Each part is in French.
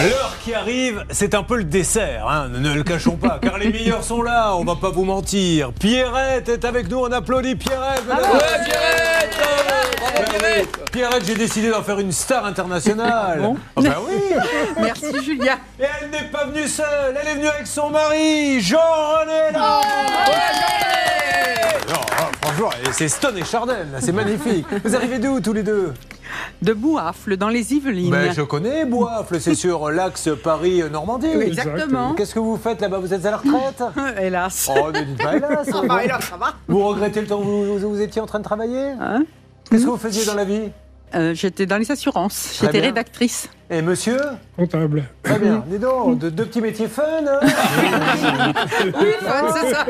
L'heure qui arrive, c'est un peu le dessert, hein, ne le cachons pas, car les meilleurs sont là, on va pas vous mentir. Pierrette est avec nous, on applaudit Pierrette. mesdames et messieurs. Ah Pierrette Bravo, Pierrette Pierrette, j'ai décidé d'en faire une star internationale. Ah bah oui. Merci Julia. Et elle n'est pas venue seule, elle est venue avec son mari, Jean-René Lang. Non, ah, franchement, et c'est Stone et Chardel, là, c'est magnifique. Vous arrivez d'où tous les deux De Bouafle, dans les Yvelines. Ben, Je connais Boifle, c'est sur l'axe Paris-Normandie. Exactement. Euh, Qu'est-ce que vous faites là-bas Vous êtes à la retraite Hélas. Oh, ne dites pas hélas. ça va. Vous regrettez le temps que vous, vous- vous étiez en train de travailler Hein Qu'est-ce que vous faisiez dans la vie Euh, J'étais dans les assurances. Très J'étais bien. rédactrice. Et Eh, monsieur Comptable. Très bien. Dis donc, de- deux petits métiers fun. hein Oui, c'est ça.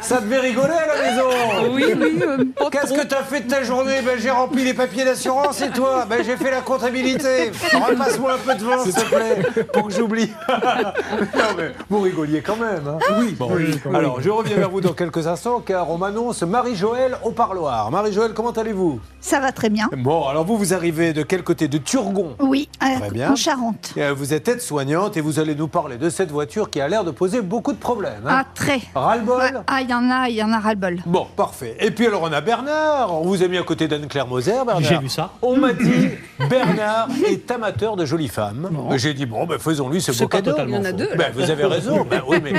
Ça devait rigoler à la maison. Oui, oui. euh, pas Qu'est-ce trop. que t'as fait de ta journée ben, J'ai rempli les papiers d'assurance et toi ben, J'ai fait la comptabilité. Repasse-moi un peu de vin, s'il te plaît, pour que j'oublie. non, mais vous rigoliez quand même. hein. Oui. Bon. Oui, quand même. Alors, je reviens vers vous dans quelques instants car on m'annonce Marie-Joëlle au parloir. Marie-Joëlle, comment allez-vous Ça va très bien. Bon, alors vous, vous arrivez de quel côté De Turgon Oui, euh, Très bien. en Charente. Et, euh, Vous êtes aide-soignante et vous allez nous parler de cette voiture qui a l'air de poser beaucoup de problèmes. Ah, hein. très. Ras-le-bol Ouais, Ah, il y en a, il y en a ras-le-bol. Bon, parfait. Et puis alors on a Bernard. On vous a mis à côté d'Anne-Claire Moser, Bernard. J'ai lu ça. On m'a dit Bernard est amateur de jolies femmes. J'ai dit bon, ben faisons-lui ce beau C'est pas cadeau. Il totalement y en a faux. deux. Ben, vous avez raison. Ben, oui, mais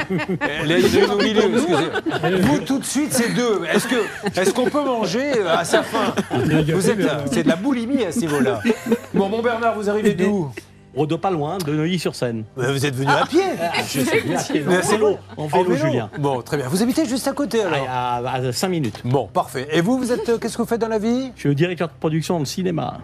Elle est- elle est au milieu, excusez. Vous tout de suite ces deux. Est-ce que est-ce qu'on peut manger euh, à sa faim Vous êtes là. c'est de la boulimie à ce niveau-là. Bon, mon Bernard, vous arrivez d'où Rodeo pas loin, de Neuilly-sur-Seine. Ben, Vous êtes venu à pied. Je sais bien. Mais C'est long. Ah, En vélo, Julien. Bon, très bien. Vous habitez juste à côté Ah, alors. À, à- à 5 minutes. Bon, parfait. Et vous, vous êtes euh, qu'est-ce que vous faites dans la vie Ah, Je suis le directeur de production dans le cinéma.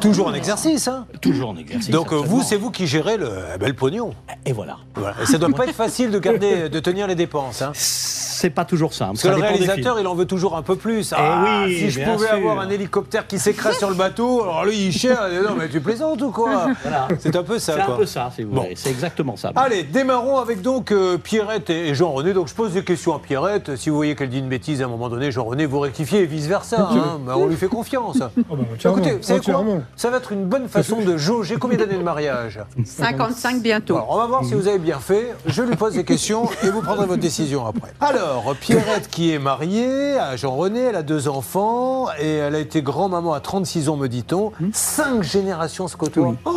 Toujours en exercice, hein Toujours en exercice. Donc euh, vous, absolument. c'est vous qui gérez le, eh ben, le pognon. Et voilà. Voilà. Et ça doit pas être facile de garder, de tenir les dépenses. hein. C'est pas toujours simple. Parce que Ça le dépend des films. Eh réalisateur, il en veut toujours un peu plus. Ah, oui, si je bien pouvais sûr. avoir un hélicoptère qui s'écrase sur le bateau, alors lui, il cherche. Non, mais tu plaisantes ou quoi Voilà. C'est un peu ça, C'est un quoi. peu ça, si vous Bon. voulez. C'est exactement ça. Allez, démarrons avec donc euh, Pierrette et et Jean-René. Donc je pose des questions à Pierrette. Si vous voyez qu'elle dit une bêtise à un moment donné, Jean-René, vous rectifiez et vice-versa. hein. Bah, on lui fait confiance. ben, Oh, bah, entièrement, Écoutez, vous savez quoi entièrement. Ça va être une bonne façon de jauger combien d'années de mariage 55 bientôt. Alors, on va voir si vous avez bien fait. Je lui pose des questions et vous prendrez votre décision après. Alors, Pierrette qui est mariée à Jean-René, elle a deux enfants et elle a été grand-maman à 36 ans, me dit-on. Cinq générations se côtoient. Oh,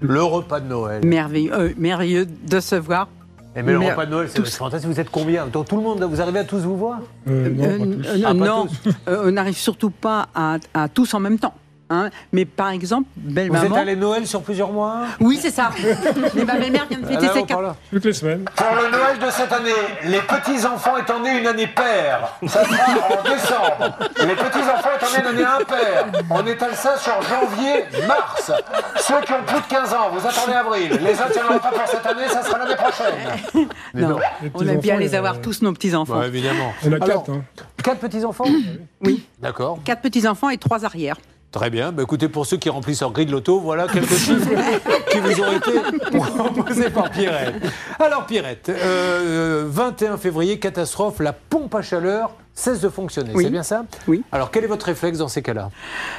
le repas de Noël. Merveilleux, euh, merveilleux de se voir. Et mais le Mais, repas de Noël, c'est c'est fantastique. Vous êtes combien Dans tout le monde, vous arrivez à tous vous voir Euh, non, Euh, pas tous. euh, Ah, pas non, euh, on n'arrive surtout pas à, à tous en même temps. hein. Mais par exemple, Vous êtes belle-maman. allé Noël sur plusieurs mois Oui, c'est ça. Mais ma belle-mère vient de fêter Alors, ses Ah, on quatre. parle- Toutes les semaines. Pour le Noël de cette année, les petits-enfants étant nés une année paire, ça sera en décembre. Les petits-enfants étant nés une année impaire, on étale ça sur janvier, mars. Ceux qui ont plus de 15 ans, vous attendez avril. Les autres, si on en a pas pour cette année, ça sera l'année prochaine. Non, Les on aime bien petits-enfants, les euh, avoir tous, nos petits-enfants. évidemment. On a Alors, quatre. Hein. Quatre petits-enfants Oui. D'accord. Quatre petits-enfants et trois arrières. Très bien. Bah, écoutez, pour ceux qui remplissent leur grille de loto, voilà quelques chiffres qui vous ont été proposés par Pierrette. Alors, Pierrette, euh, 21 février, catastrophe, la pompe à chaleur cesse de fonctionner. Oui. C'est bien ça Oui. Alors, quel est votre réflexe dans ces cas-là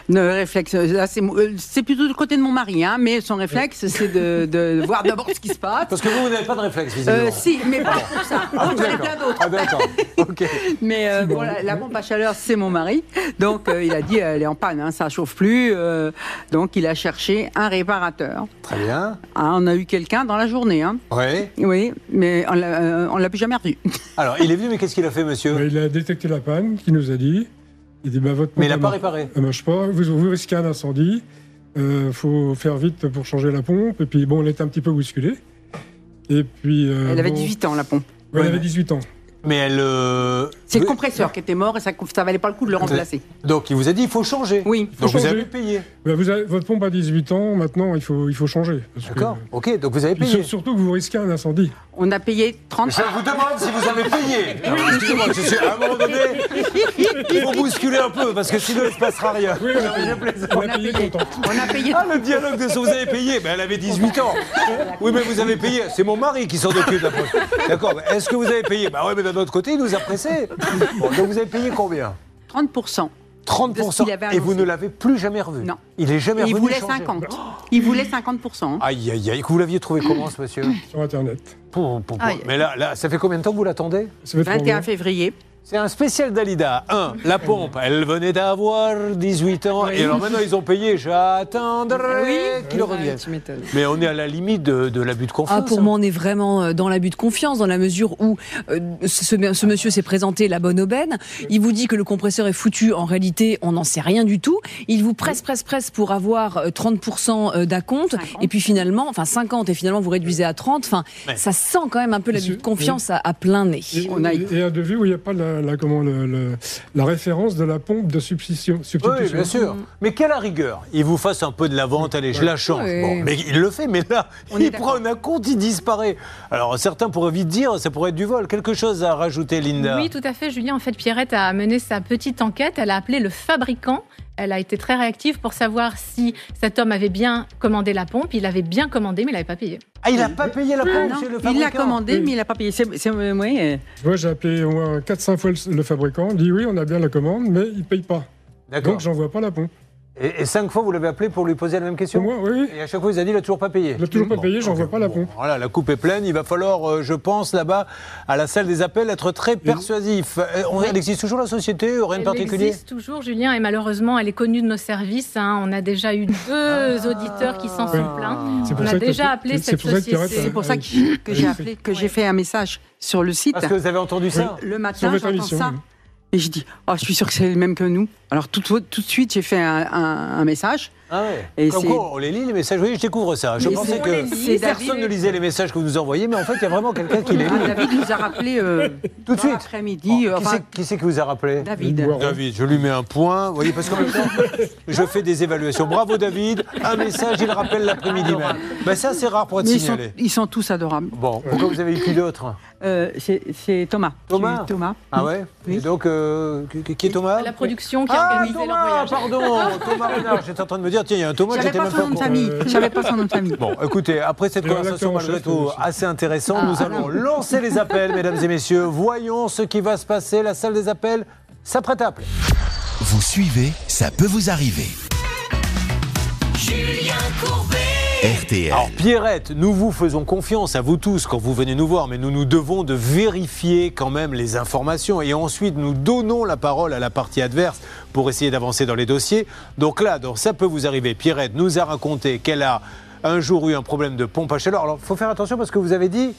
Ne réflexe, là, c'est mo- euh, c'est plutôt du côté de mon mari, hein, mais son réflexe, c'est de, de voir d'abord ce qui se passe. Parce que vous, vous n'avez pas de réflexe, visiblement. Euh, si, mais pas pour ça. Ah, J'en ai d'accord. plein d'autres. Ah, d'accord. Ok. Mais euh, bon, la, la pompe à chaleur, c'est mon mari. Donc, euh, il a dit, elle est en panne, hein, ça chauffe plus. euh, donc, il a cherché un réparateur. Très bien. Ah, on a eu quelqu'un dans la journée. hein. Oui. Oui, mais on l'a- euh, on l'a plus jamais revu. Alors, il est venu, mais qu'est-ce qu'il a fait, monsieur Mais il a détecté la panne, qui nous a dit. Il dit bah, votre Euh, pompe, Mais il n'a elle pas mar- réparé. elle marche bah, pas. Vous, vous risquez un incendie. Euh, faut faire vite pour changer la pompe. Et puis bon, on était un petit peu bousculé. Et puis. euh, Elle avait bon, 18 ans, la pompe. ouais, elle avait 18 ans. Mais elle. euh, C'est le le- compresseur qui était mort et ça ne valait pas le coup de le remplacer. Donc, il vous a dit il faut changer. Oui. Donc, Faut vous changer. avez payé. Bah, vous avez- votre pompe a 18 ans. Maintenant, il faut, il faut changer. parce que- D'accord. Ok, donc vous avez Puis sur- payé. surtout que vous risquez un incendie. On a payé 30 Je vous demande si vous avez payé. Alors, Excusez-moi, je suis à un moment donné. Il faut bousculer un peu parce que sinon il ne se passera rien. Oui, on a payé, on a payé payé. contente. On a payé Ah, le dialogue de ce vous avez payé. Ben, elle avait 18 ans. Oui, mais vous avez payé. C'est mon mari qui s'en occupe la prochaine. D'accord. mais Est-ce que Bah vous avez payé Ben oui, mais d'un autre côté, il nous a pressé. Bon, donc vous avez payé combien 30%. De ce 30% qu'il avait et vous annoncé. ne l'avez plus jamais revu. Non. Il est jamais Et il revenu. voulait changer. Oh. 50. Il voulait 50%. hein. Aïe, aïe, aïe. Que Vous l'aviez trouvé comment, ce monsieur sur Internet. Pou, pou, pou. Aïe. Mais là, là, ça fait combien de temps que vous l'attendez Ça fait trois 21 mois. février. C'est un spécial Dalida. 1. La pompe, elle venait d'avoir 18 ans. Et alors maintenant, ils ont payé. J'attendrai qu'il revienne. tu m'étonnes. Mais on est à la limite de, de l'abus de confiance. Ah, pour hein. moi, on est vraiment euh, dans l'abus de confiance, dans la mesure où euh, ce, ce- ce monsieur s'est présenté la bonne aubaine. Il vous dit que le compresseur est foutu. En réalité, on n'en sait rien du tout. Il vous presse, presse, presse pour avoir euh, 30% d'acompte. 50. Et puis finalement, enfin 50, et finalement vous réduisez à 30. Enfin, ça sent quand même un peu l'abus de Monsieur, confiance à, à plein nez. Et, On a- et- et un devis où il n'y a pas la, la- comment, le- le- la référence de la pompe de substitution. Oui, substitution. bien sûr. Mais quelle la rigueur Il vous fasse un peu de la vente, allez, je la change. Oui. Bon, mais il le fait, mais là, On est il d'accord. prend un compte, il disparaît. Alors certains pourraient vite dire, ça pourrait être du vol. Quelque chose à rajouter, Linda Oui, tout à fait, Julien. En fait, Pierrette a mené sa petite enquête. Elle a appelé le fabricant. Elle a été très réactive pour savoir si cet homme avait bien commandé la pompe. Il avait bien commandé, mais il n'avait pas payé. Ah, il n'a pas payé la Ah pompe non, chez le il fabricant l'a commandé, Oui. mais il n'a pas payé. C'est- c'est- euh, oui, euh, Moi, j'ai appelé au moins 4-5 fois le, le fabricant. Il dit oui, on a bien la commande, mais il ne paye pas. D'accord. Donc, j'envoie pas la pompe. Et, et cinq fois, vous l'avez appelé pour lui poser la même Pour question moi, oui, oui. Et à chaque fois, il a dit, il n'a toujours pas payé. Il a toujours pas payé, j'en ok. vois pas la Bon, pompe. Voilà, la coupe est pleine. Il va falloir, euh, je pense, là-bas, à la salle des appels, être très persuasif. Euh, on- Elle existe toujours, la société euh, Rien de particulier Elle existe toujours, Julien, et malheureusement, elle est connue de nos services. hein. On a déjà eu deux auditeurs qui s'en sont plaints. Ah. C'est On a que- déjà appelé c'est cette pour ça que Pierrette société. a- c'est pour Ah, ça que, que Oui. j'ai appelé, que j'ai fait un message sur le site. Parce que vous avez entendu ça Le Sur matin, votre j'entends émission, ça. oui. Et je dis, oh, je suis sûr que c'est le même que nous. Alors tout, tout de suite, j'ai fait un, un- un message. Ah ouais. Et Comme c'est- quoi, on les lit, les messages. Oui, je découvre ça. Je Mais pensais on que les lit, personne David. ne lisait les messages que vous nous envoyez, mais en fait, il y a vraiment quelqu'un qui les Ah, lit. David nous a rappelé euh, Tout de dans suite. Oh, L'après-midi. qui, euh, enfin, c'est, qui c'est qui vous a rappelé David. Boiron. David, je lui mets un point. Vous voyez, parce qu'en même temps, je fais des évaluations. Bravo, David. Un message, il rappelle l'après-midi même. Ben, ça, c'est rare pour être Mais ils, sont, signalé. ils sont tous adorables. Bon, pourquoi vous avez eu qui d'autre Euh, c'est c'est Thomas. Thomas Tu- Thomas. Ah ouais Oui. Et donc, euh, qui- qui qui est Thomas La production qui a Ah, organisé leur Thomas, voyage. pardon Thomas Renard, j'étais en train de me dire, tiens, il y a un Thomas, J'avais j'étais pas même pas son nom de con. famille. euh, J'avais pas son nom de famille. Bon, écoutez, après cette Le conversation rédacteur en malgré chef, tout monsieur. assez intéressante, nous allons lancer les appels, mesdames et messieurs. Voyons ce qui va se passer. La salle des appels s'apprête à appeler. Vous suivez, ça peut vous arriver. RTL. Alors Pierrette, nous vous faisons confiance à vous tous quand vous venez nous voir, mais nous nous devons de vérifier quand même les informations et ensuite nous donnons la parole à la partie adverse pour essayer d'avancer dans les dossiers. Donc là, dans ça peut vous arriver. Pierrette nous a raconté qu'elle a un jour eu un problème de pompe à chaleur. Alors faut faire attention parce que vous avez dit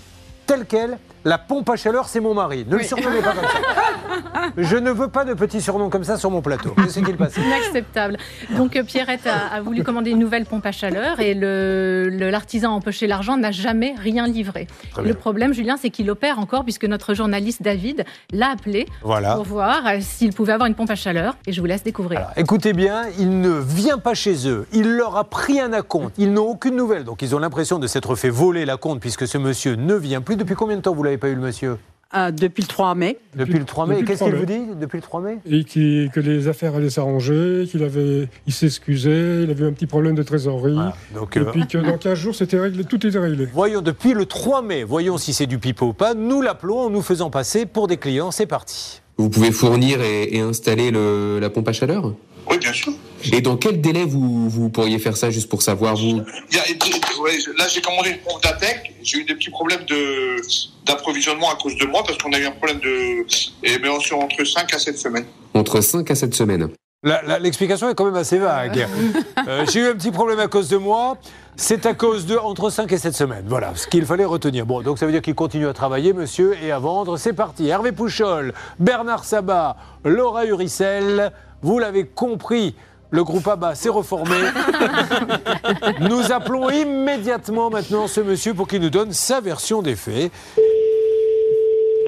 tel quel, la pompe à chaleur, c'est mon mari. Ne le surnommez pas comme ça. Je ne veux pas de petits surnoms comme ça sur mon plateau. Que s'est-il passé Inacceptable. Donc euh, Pierrette a, a voulu commander une nouvelle pompe à chaleur et le- le- l'artisan empoché l'argent n'a jamais rien livré. Très bien. Le problème, Julien, c'est qu'il opère encore puisque notre journaliste David l'a appelé Voilà. pour voir euh, s'il pouvait avoir une pompe à chaleur et je vous laisse découvrir. Écoutez bien, il ne vient pas chez eux. Il leur a pris un acompte. Ils n'ont aucune nouvelle. Donc ils ont l'impression de s'être fait voler l'acompte puisque ce monsieur ne vient plus. Depuis combien de temps vous l'avez pas eu le monsieur Ah, depuis le 3 mai. depuis, le 3 mai. Et depuis le Qu'est-ce 3 qu'il mai. vous dit depuis le 3 mai Et qui- que les affaires allaient s'arranger, qu'il avait, il s'excusait, il avait eu un petit problème de trésorerie. Voilà. Donc Et euh, puis que dans 15 jours, c'était réglé, tout était réglé. voyons depuis le 3 mai, voyons si c'est du pipeau ou pas. Nous l'appelons en nous faisant passer pour des clients. C'est parti. Vous pouvez fournir et, et installer le- la pompe à chaleur Oui, bien sûr. Et dans quel délai vous, vous pourriez faire ça, juste pour savoir, vous Il y a- et- ouais, je- là, j'ai commandé une pompe d'Atec. J'ai eu des petits problèmes de- d'approvisionnement à cause de moi parce qu'on a eu un problème de. Et bien, on sur entre 5 à 7 semaines. Entre 5 à 7 semaines. La- la- L'explication est quand même assez vague. Euh, J'ai eu un petit problème à cause de moi. C'est à cause de entre 5 et 7 semaines. Voilà ce qu'il fallait retenir. Bon, donc ça veut dire qu'il continue à travailler, monsieur, et à vendre. C'est parti. Hervé Pouchol, Bernard Sabat, Laura Uricel. Vous l'avez compris, le groupe ABBA s'est reformé. nous appelons immédiatement maintenant ce monsieur pour qu'il nous donne sa version des faits.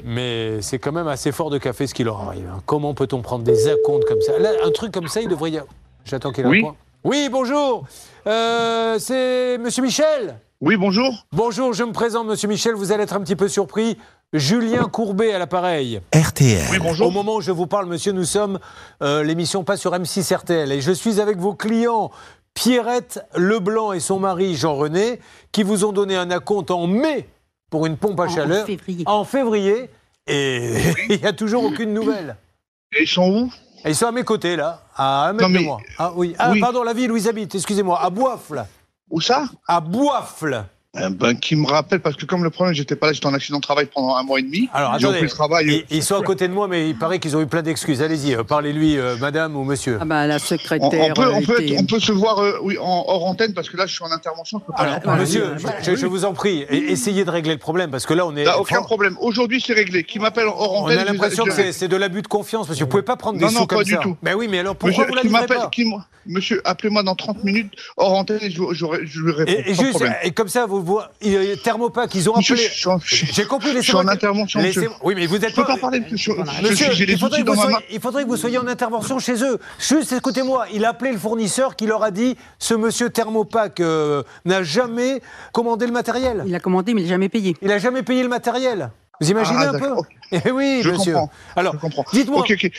Mais c'est quand même assez fort de café ce qui leur arrive. hein. Comment peut-on prendre des acomptes comme ça Là, un truc comme ça, il devrait y avoir. J'attends qu'il ait un Oui. point. Oui, bonjour. Euh, c'est Monsieur Michel. Oui, bonjour. Bonjour, je me présente, Monsieur Michel. Vous allez être un petit peu surpris. Julien Courbet à l'appareil. RTL. Au moment où je vous parle, monsieur, nous sommes euh, l'émission Pas sur M6 RTL. Et je suis avec vos clients, Pierrette Leblanc et son mari Jean-René, qui vous ont donné un acompte en mai pour une pompe à En- en chaleur. février. En février. Et il n'y a toujours aucune nouvelle. Et ils sont où Et ils sont à mes côtés, là, à un mètre Non, mais- de moi. Ah oui. Ah, oui. pardon, la ville où ils habitent, excusez-moi, à Boifle. Où ça À Boifle. Eh ben, qui me rappelle, parce que comme le problème, j'étais pas là, j'étais en accident de travail pendant un mois et demi. Alors, J'ai repris attendez, le travail. euh, ils, ils sont à côté de moi, mais il paraît qu'ils ont eu plein d'excuses. Allez-y, euh, parlez-lui, euh, madame ou monsieur. Ah bah la On, on secrétaire. peut, on, euh, peut était- être- on peut se voir euh, oui, en, hors antenne, parce que là, je suis en intervention. Je peux pas Alors, leur parler. monsieur, je, je vous en prie, et- essayez de régler le problème, parce que là, on est... Là, aucun problème. Aujourd'hui, c'est réglé. Qui m'appelle hors On antenne a je- l'impression je- que c'est- c'est de l'abus de confiance, monsieur. Vous pouvez pas prendre des Non, sous non, comme pas du ça. tout. Mais oui, mais alors pourquoi monsieur, vous la qui livrez m'appelle- pas qui m- Monsieur, appelez-moi dans 30 minutes hors antenne et je, je, je lui réponds. Et, et sans juste, euh, problème. et comme ça, vous, vous il- il- Thermopac, ils ont appelé. Monsieur, je suis en- je- J'ai compris, je laissez-moi. suis en dire- intervention, monsieur. laissez-moi- Oui, mais vous êtes Je peux pas parler, monsieur, je- je- Monsieur, j'ai les il faudrait, outils que vous dans ma soyez, main. il faudrait que vous soyez en intervention chez eux. Juste, écoutez-moi, il a appelé le fournisseur qui leur a dit ce monsieur Thermopac euh, n'a jamais commandé le matériel. Il a commandé, mais il n'a jamais payé. Il n'a jamais payé le matériel. Vous imaginez Ah, un peu d'accord. Eh oui, Je monsieur. comprends. Alors, dites-moi. Ok, ok.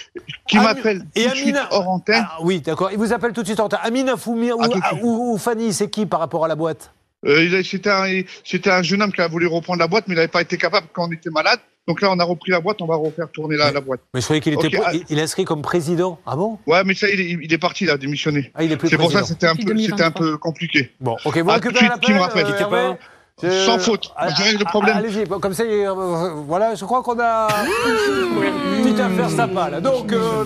Qui Ami- m'appelle Et tout de suite Amina. hors antenne. Ah oui, d'accord. Il vous appelle tout de suite en retard. Amina Foumia ou, Ah, tout de ah, suite. ou- ou Fanny, c'est qui par rapport à la boîte Euh, il a- C'était un, c'était un jeune homme qui a voulu reprendre la boîte, mais il n'avait pas été capable quand on était malade. Donc là, on a repris la boîte, on va refaire tourner la, la boîte. Mais je croyais qu'il était. Ok, pro- ah. il- Il est inscrit comme président. Ah bon Ouais, mais ça, il est, il est parti, il a démissionné. Ah, il est plus C'est pour ça que président. c'était un, Depuis peu- c'était un 2023. peu compliqué. Bon, ok, vous Ah, tout de récupérez suite, qui me l'appel, rappelle euh, C'était pas- Hervé Je- Sans faute, Ah, je règle le ah, problème. Allez-y, bon, comme ça, il- euh, voilà, je crois qu'on a une petite affaire sympa là. Donc, euh,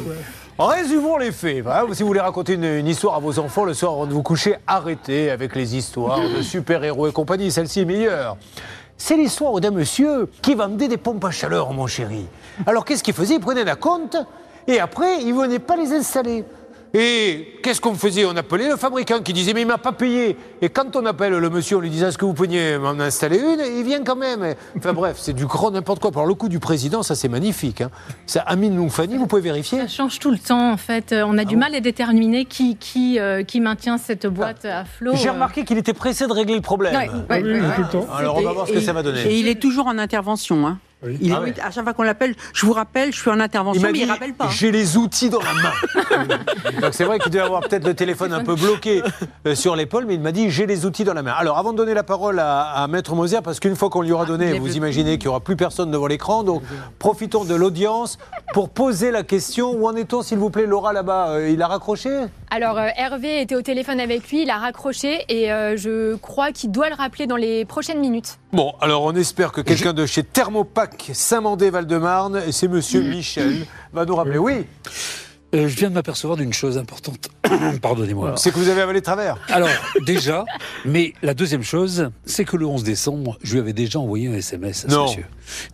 résumons les faits. Voilà, si vous voulez raconter une, une histoire à vos enfants le soir avant de vous coucher, arrêtez avec les histoires de super-héros et compagnie. Celle-ci est meilleure. C'est l'histoire d'un monsieur qui vendait des pompes à chaleur, mon chéri. Alors, qu'est-ce qu'il faisait Il prenait la compte et après, il venait pas les installer. Et qu'est-ce qu'on faisait On appelait le fabricant qui disait mais il m'a pas payé. Et quand on appelle le monsieur, on lui disait est-ce que vous pourriez m'en installer une Il vient quand même. Enfin bref, c'est du grand n'importe quoi. Alors le coup du président, ça c'est magnifique. hein. Ça, Amine Loufani, vous pouvez vérifier Ça change tout le temps, en fait. Euh, On a du mal à déterminer qui, qui, euh, qui maintient cette boîte à flot. J'ai euh. remarqué qu'il était pressé de régler le problème. Ouais, Ah ouais, ouais. Ah Alors on va voir ce que Et- ça va donner. Et il est toujours en intervention. hein. Il est- Ah ouais. À chaque fois qu'on l'appelle, je vous rappelle, je suis en intervention, m'a mais il dit, ne rappelle pas. hein. J'ai les outils dans la main. Donc c'est vrai qu'il devait avoir peut-être le téléphone un peu bloqué euh, sur l'épaule, mais il m'a dit j'ai les outils dans la main. Alors avant de donner la parole à, à Maître Moser, parce qu'une fois qu'on lui aura Ah, donné, vous imaginez qu'il n'y aura plus personne devant l'écran, donc profitons de l'audience pour poser la question. Où en est-on, s'il vous plaît, Laura là-bas euh, Il a raccroché Alors euh, Hervé était au téléphone avec lui, il a raccroché et euh, je crois qu'il doit le rappeler dans les prochaines minutes. Bon, alors on espère que quelqu'un de chez Thermopac Saint-Mandé-Val-de-Marne, et c'est Monsieur Michel, va nous rappeler. Mmh. Oui, Euh, je viens de m'apercevoir d'une chose importante. Pardonnez-moi. c'est que vous avez avalé de travers. Alors, déjà, mais la deuxième chose, c'est que le 11 décembre, je lui avais déjà envoyé un SMS à ce Non. monsieur.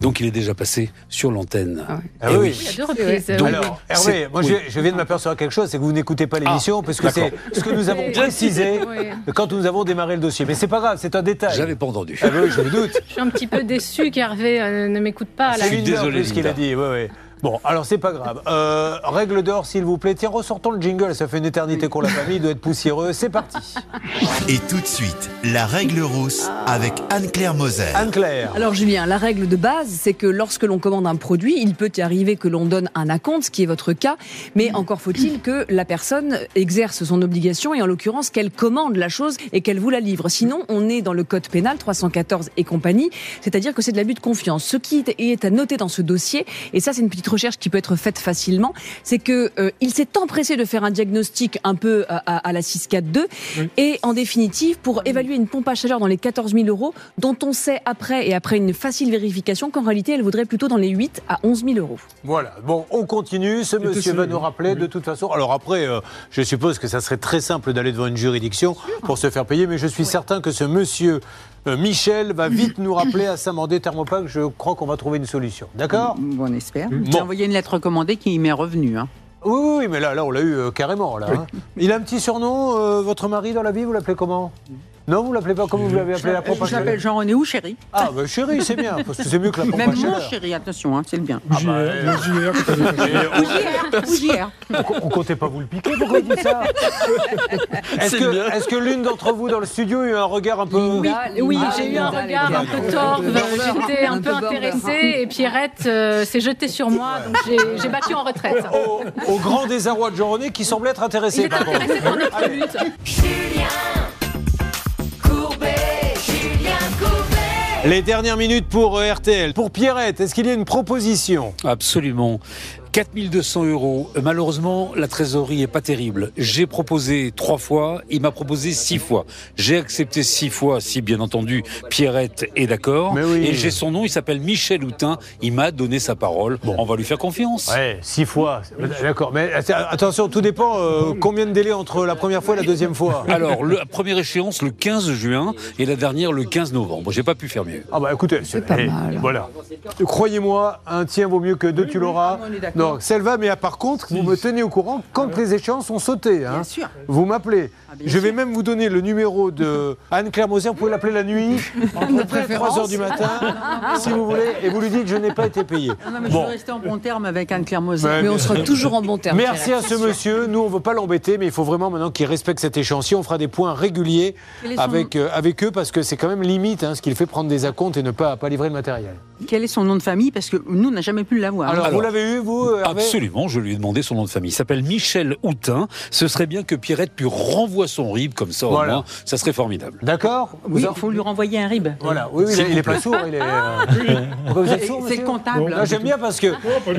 Donc, il est déjà passé sur l'antenne. Ah Eh oui. Oui, à deux reprises. euh, Donc, Alors, c'est- Hervé, moi oui. Ah, je, je viens de m'apercevoir quelque chose, c'est que vous n'écoutez pas l'émission, parce que c'est d'accord. ce que nous avons Oui. précisé Oui. quand nous avons démarré le dossier. Mais c'est pas grave, c'est un détail. J'avais pas entendu. Ah ben oui, je me doute. Je suis un petit peu déçu qu'Hervé euh, ne m'écoute pas. Là. C'est une heure plus ce qu'il a dit. ouais, ouais. Bon, alors c'est pas grave. Euh, règle d'or, s'il vous plaît. Tiens, ressortons le jingle, ça fait une éternité qu'on l'a pas mis, il doit être poussiéreux. C'est parti. Et tout de suite, la règle rousse avec Anne-Claire Moser. Anne-Claire. Alors Julien, la règle de base, c'est que lorsque l'on commande un produit, il peut y arriver que l'on donne un acompte, ce qui est votre cas, mais encore faut-il que la personne exerce son obligation et en l'occurrence qu'elle commande la chose et qu'elle vous la livre. Sinon, on est dans le code pénal 314 et compagnie, c'est-à-dire que c'est de l'abus de confiance. Ce qui est- est à noter dans ce dossier, et ça c'est une petite recherche qui peut être faite facilement, c'est que euh, il s'est empressé de faire un diagnostic un peu à, à- à la 642 et en définitive pour évaluer une pompe à chaleur dans les 14 000 euros dont on sait après et après une facile vérification qu'en réalité elle vaudrait plutôt dans les 8 à 11 000 euros. Voilà, bon, on continue. Ce monsieur va nous rappeler de toute façon. Alors après, euh, je suppose que ça serait très simple d'aller devant une juridiction pour se faire payer, mais je suis certain que ce monsieur euh, Michel va vite nous rappeler à Saint-Mandé Thermopac. Je crois qu'on va trouver une solution. D'accord On espère. Bon. J'ai envoyé une lettre recommandée qui m'est revenue. hein. oui, oui, oui, mais là, là on l'a eu euh, carrément. Là, hein. Il a un petit surnom, euh, votre mari dans la vie, vous l'appelez comment Non, vous l'appelez pas comme vous l'avez appelé la pompe à Je l'appelle chaleur Jean-René ou chéri. Ah, bah, chérie, c'est bien, parce que c'est mieux que la pompe à Même mon chaleur. chéri, attention, hein, c'est le bien. bah, Et Ou JR. on, on comptait pas vous le piquer, pourquoi il dit ça Est-ce que, est-ce que l'une d'entre vous dans le studio a eu un regard un peu. Oui, Ah, j'ai eu un Linda, regard un Linda, peu Linda. torve, Linda. j'étais un, Un peu peu border. intéressée et Pierrette euh, s'est jetée sur moi, donc j'ai- j'ai battu en retraite. Au grand désarroi de Jean-René qui semble être intéressé. par contre. Julien Les dernières minutes pour euh, RTL. Pour Pierrette, est-ce qu'il y a une proposition Absolument. 4200 euros. Euh, Malheureusement, la trésorerie est pas terrible. J'ai proposé trois fois, il m'a proposé six fois. J'ai accepté six fois, si bien entendu Pierrette est d'accord. Et j'ai son nom, il s'appelle Michel Houtin. Il m'a donné sa parole. On va lui faire confiance. Ouais, six fois. D'accord, mais att- attention, tout dépend euh, combien de délai entre la première fois et la deuxième fois. Alors, le- la première échéance le 15 juin et la dernière le 15 novembre. J'ai pas pu faire mieux. Ah bah écoutez, c'est pas mal. Voilà. Croyez-moi, un tien vaut mieux que deux, tu l'auras. ah, on est d'accord. Non, celle va, mais ah, par contre, vous me tenez au courant quand les échéances sont sautées. hein. Vous m'appelez. Ah, Je vais même vous donner le numéro de Anne-Claire Moser. Vous pouvez l'appeler la nuit, entre 2 et 3 heures du matin, si vous voulez, et vous lui dites je n'ai pas été payé. Ah, Non, mais je Bon. veux rester en bon terme avec Anne-Claire Moser. Ouais, bien sûr. Merci à ce monsieur. monsieur. Nous, on ne veut pas l'embêter, mais il faut vraiment maintenant qu'il respecte cette échéancier. On fera des points réguliers Quel est son- avec, euh, avec eux parce que c'est quand même limite hein, ce qu'il fait prendre des acomptes et ne pas, pas livrer le matériel. Quel est son nom de famille Parce que nous, on n'a jamais pu l'avoir. Alors, vous l'avez eu, vous euh, Hervé Absolument, je lui ai demandé son nom de famille. Il s'appelle Michel Houtin. Ce serait bien que Pierrette lui renvoie son rib comme ça, au Voilà. moins. Ça serait formidable. D'accord Oui, il faut lui renvoyer un rib. Voilà, oui, oui, il S'il est- il vous est pas plaît. sourd, il est. euh, Pourquoi vous êtes sourd, C'est monsieur le comptable. Non, J'aime bien parce que. Elle,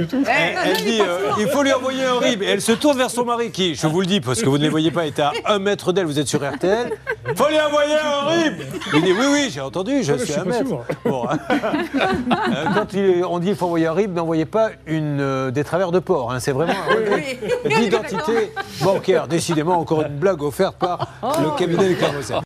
elle dit euh, il faut lui envoyer un rib. Et elle se tourne vers son mari qui, je vous le dis parce que vous ne les voyez pas, est à un mètre d'elle, vous êtes sur RTL. Faut lui envoyer un rib Il dit oui, oui, j'ai entendu, je Ah, mais suis je suis à un pas mètre. sourd. Bon. Euh, Quand il- on dit il faut envoyer un rib, n'envoyez pas une, euh, des travers de porc. hein, C'est vraiment un rib d'identité bancaire. Décidément, encore une blague offerte par le cabinet des Carrossel.